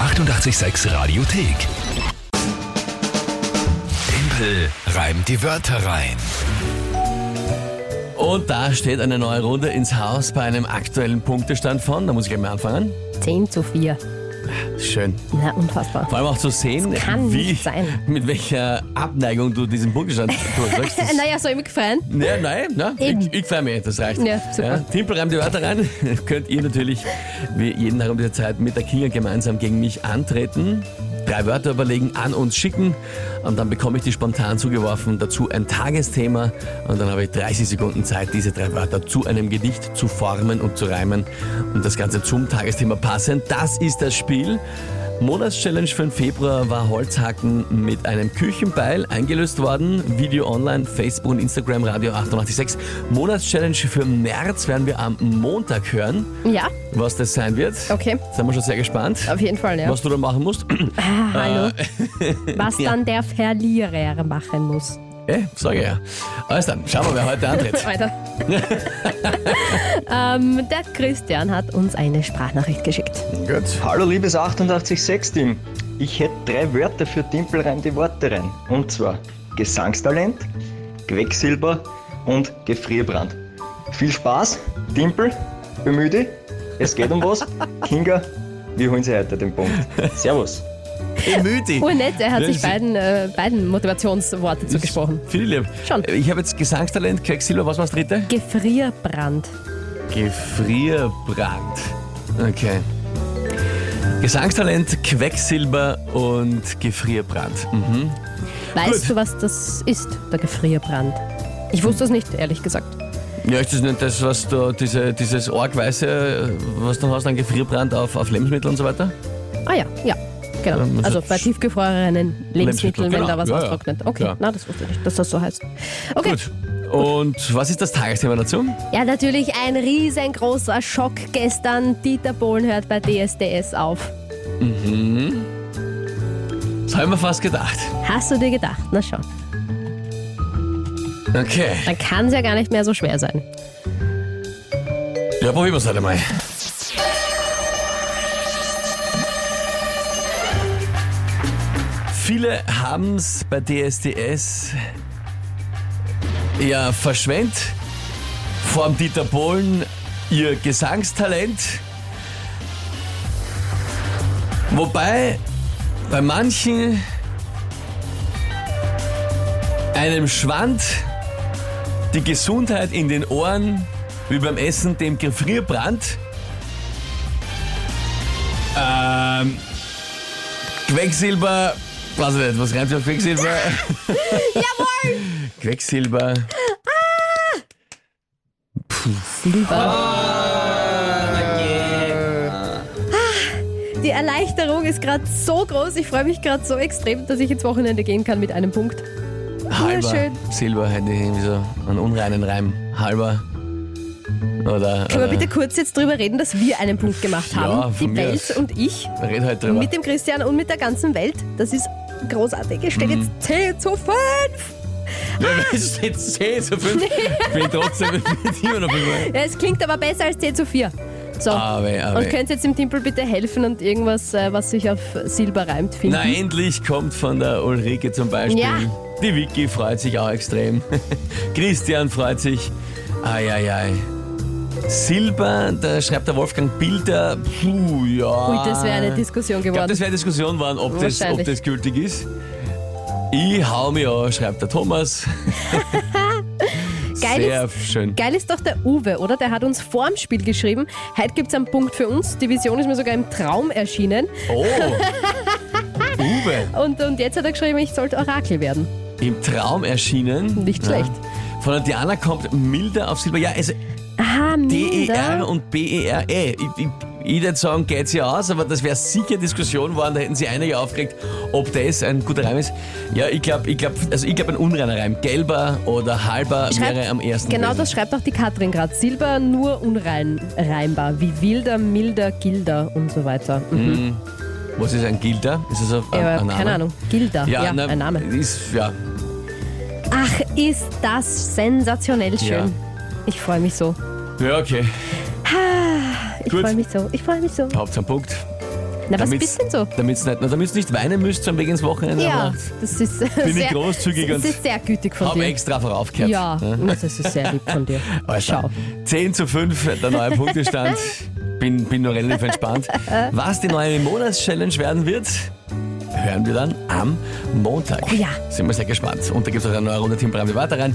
886 Radiothek. Tempel reimt die Wörter rein. Und da steht eine neue Runde ins Haus bei einem aktuellen Punktestand von, da muss ich gleich mal anfangen. 10 zu 4. Schön. Na, unfassbar. Vor allem auch zu sehen, Das kann wie, nicht sein. mit welcher Abneigung du diesen Punktestand durchsagst. Das- naja, soll ich mich freuen? Ja, nein, na, Eben. ich, ich freue mich, das reicht. Ja, super. Timpel reimt die Wörter rein. Könnt ihr natürlich wie jeden Tag um diese Zeit mit der Kinga gemeinsam gegen mich antreten. Drei Wörter überlegen, an uns schicken und dann bekomme ich die spontan zugeworfen, dazu ein Tagesthema und dann habe ich 30 Sekunden Zeit, diese drei Wörter zu einem Gedicht zu formen und zu reimen und das Ganze zum Tagesthema passend. Das ist das Spiel. Monatschallenge für den Februar war Holzhacken mit einem Küchenbeil eingelöst worden. Video online, Facebook und Instagram Radio 886. Monatschallenge für März werden wir am Montag hören, Ja, was das sein wird. Okay. Sind wir schon sehr gespannt, auf jeden Fall, ja. was du da machen musst. Ah, hallo. Was dann der Verlierer machen muss. eh, sage ich ja. Alles dann, schauen wir, wer heute antritt. Weiter. ähm, der Christian hat uns eine Sprachnachricht geschickt. Gut. Hallo liebes 886-Team. Ich hätte drei Wörter für Timpelreim die Worte rein. Und zwar Gesangstalent, Quecksilber und Gefrierbrand. Viel Spaß, Timpel, bemühe dich. Es geht um was. Kinga, wir holen sie heute den Punkt. Servus. Emüti. Urnett, er hat Wenn sich Sie- beiden, äh, beiden Motivationsworte zugesprochen. Viel lieb. Schon. Ich habe jetzt Gesangstalent, Quecksilber, was war das dritte? Gefrierbrand. Gefrierbrand. Okay. Gesangstalent, Quecksilber und Gefrierbrand. Mhm. Weißt Gut. du, was das ist, der Gefrierbrand? Ich wusste es nicht, ehrlich gesagt. Ja, ist das nicht das, was du, diese, dieses Orgweiße, was du hast, ein Gefrierbrand auf, auf Lebensmittel und so weiter? Ah ja, ja. Genau. Ähm, also Also bei tiefgefrorenen Lebensmittel, Lebensmitteln, wenn da genau. was Ja, ja. austrocknet. Okay, Klar. na, das wusste ich nicht, dass das so heißt. Okay. Gut. Und was ist das Tagesthema dazu? Ja, natürlich ein riesengroßer Schock gestern. Dieter Bohlen hört bei DSDS auf. Das habe ich mir fast gedacht. Hast du dir gedacht? Na schau. Okay. Dann kann es ja gar nicht mehr so schwer sein. Ja, probieren wir es halt einmal. Viele haben es bei DSDS ja verschwendet. Vor dem Dieter Bohlen ihr Gesangstalent. Wobei bei manchen einem Schwand die Gesundheit in den Ohren wie beim Essen dem Gefrierbrand. Ähm, Quecksilber, weiß ich nicht, was reimt sich auf Quecksilber? Jawohl! Quecksilber. Silber. Die Erleichterung ist gerade so groß. Ich freue mich gerade so extrem, dass ich ins Wochenende gehen kann mit einem Punkt. Halber. schön. Silber hätte ich irgendwie so einen unreinen Reim. Halber. Oder. Können wir oder bitte kurz jetzt drüber reden, dass wir einen Punkt gemacht Äh. Ja, haben? von Die mir Welt aus. und ich. Red halt drüber. Mit dem Christian und mit der ganzen Welt. Das ist großartig. Es steht Mhm. jetzt 10 zu 5. Ja, es steht 10 zu 5. Ich bin trotzdem mit immer noch über. Ja, es klingt aber besser als 10 zu 4. So. Ah, weh, ah, und weh. könnt jetzt dem Timpel bitte helfen und irgendwas, äh, was sich auf Silber reimt, finden? Na, endlich kommt von der Ulrike zum Beispiel. Ja. Die Vicky freut sich auch extrem. Christian freut sich. Eieiei. Silber, da schreibt der Wolfgang Bilder. Puh, ja. Ui, das wäre eine Diskussion Ah. Ich glaube, geworden. das wäre eine Diskussion waren, ob das, ob Wahrscheinlich. das gültig ist. Ich hau mich an, schreibt der Thomas. Geil Sehr schön. Geil ist doch der Uwe, oder? Der hat uns vorm Spiel geschrieben. Heute gibt es einen Punkt für uns. Die Vision ist mir sogar im Traum erschienen. Oh. Uwe, Und, und jetzt hat er geschrieben, ich sollte Orakel werden. im Traum erschienen. Nicht schlecht. Ja. Von der Diana kommt milder auf Silber. Ja, also Ah, DER minder. E und BER. Ey, E. ich, ich, ich würde sagen, geht's ja aus, aber das wäre sicher Diskussion worden, da hätten sie einige aufgeregt, ob das ein guter Reim ist. Ja, ich glaube, ich glaub, also ich glaube ein unreiner Reim. Gelber oder halber Schreibt- wäre am ersten. Genau gewesen. das schreibt auch die Katrin gerade. Silber nur unrein reinbar, wie wilder, milder, gilder und so weiter. Mhm. Was ist ein Gilder? Ist das ein, ein, Ja, Hm, ein Name? keine Ahnung. Gilder, ja, Ja, na, ein Name. Ist, ja, Ach, ist das sensationell schön. Ja. Ich freue mich so. ja, okay. Ich Gut. freue mich so. Ich freue mich so. Hauptsache ein Punkt. Na, was Damit's- bist denn so? Damit's nicht, na, damit's nicht weinen müsst am Weg ins Wochenende. Ja, aber das ist ich sehr, großzügig Das und- ist sehr gütig von Hab dir. extra voraufgehört. Ja, das ist sehr lieb von dir. Schau. Alter, 10 Also, zu 5, der neue Punktestand. Bin, bin nur relativ entspannt. Was die neue Monatschallenge werden wird, hören wir dann am Montag. Oh ja. Sind wir sehr gespannt. Und da gibt es auch eine neue Runde Team Bremse weiter rein.